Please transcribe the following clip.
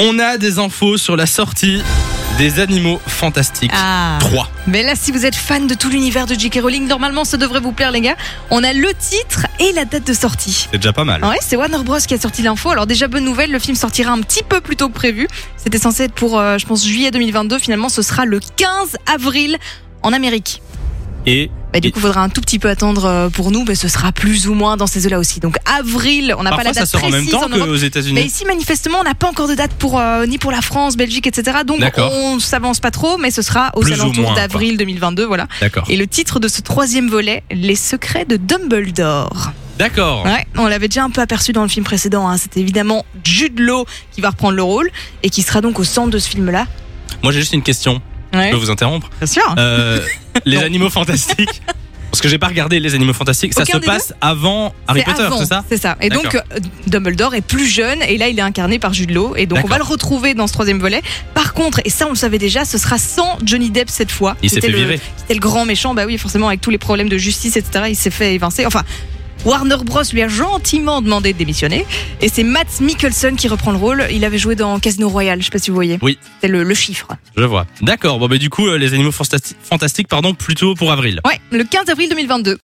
On a des infos sur la sortie des animaux fantastiques Ah. 3. Mais là, si vous êtes fan de tout l'univers de J.K. Rowling, normalement, ça devrait vous plaire, les gars. On a le titre et la date de sortie. C'est déjà pas mal. Ouais, c'est Warner Bros qui a sorti l'info. Alors déjà bonne nouvelle, le film sortira un petit peu plus tôt que prévu. C'était censé être pour, euh, je pense, juillet 2022. Finalement, ce sera le 15 avril en Amérique. Et Bah, du Et- coup, faudra un tout petit peu attendre euh, pour nous, mais ce sera plus ou moins dans ces eaux-là aussi. Donc avril, on n'a pas parfois la ça date sort en précise même temps en Europe. qu'aux Mais États-Unis. ici, manifestement, on n'a pas encore de date pour euh, ni pour la France, Belgique, etc. Donc D'accord. on s'avance pas trop, mais ce sera aux Plus ou moins, alentours quoi. d'avril 2022, voilà. D'accord. Et le titre de ce troisième volet, Les secrets de Dumbledore. D'accord. Ouais, on l'avait déjà un peu aperçu dans le film précédent. hein. C'est évidemment Jude Law qui va reprendre le rôle et qui sera donc au centre de ce film-là. Moi j'ai juste une question. Je Ouais, peux vous interrompre bien sûr. Euh, Les Non. animaux fantastiques. Parce que j'ai pas regardé les animaux fantastiques. Ça Aucun se des passe avant Harry C'est Potter, avant, c'est ça C'est ça. Et donc euh, Dumbledore est plus jeune et là il est incarné par Jude Law et donc on D'accord. va le retrouver dans ce troisième volet. Par contre, et ça on le savait déjà, ce sera sans Johnny Depp cette fois. Il s'est C'était fait le- virer. C'était le grand méchant, bah oui forcément avec tous les problèmes de justice etc. Il s'est fait évincer. Enfin. Warner Bros lui a gentiment demandé de démissionner et c'est Matt Mickelson qui reprend le rôle. Il avait joué dans Casino Royale, je sais pas si vous voyez. Oui. C'est le, le chiffre. Je vois. D'accord. Bon, bah, du coup, euh, les animaux fantasti- fantastiques, pardon, plutôt pour avril. Ouais, le 15 avril 2022.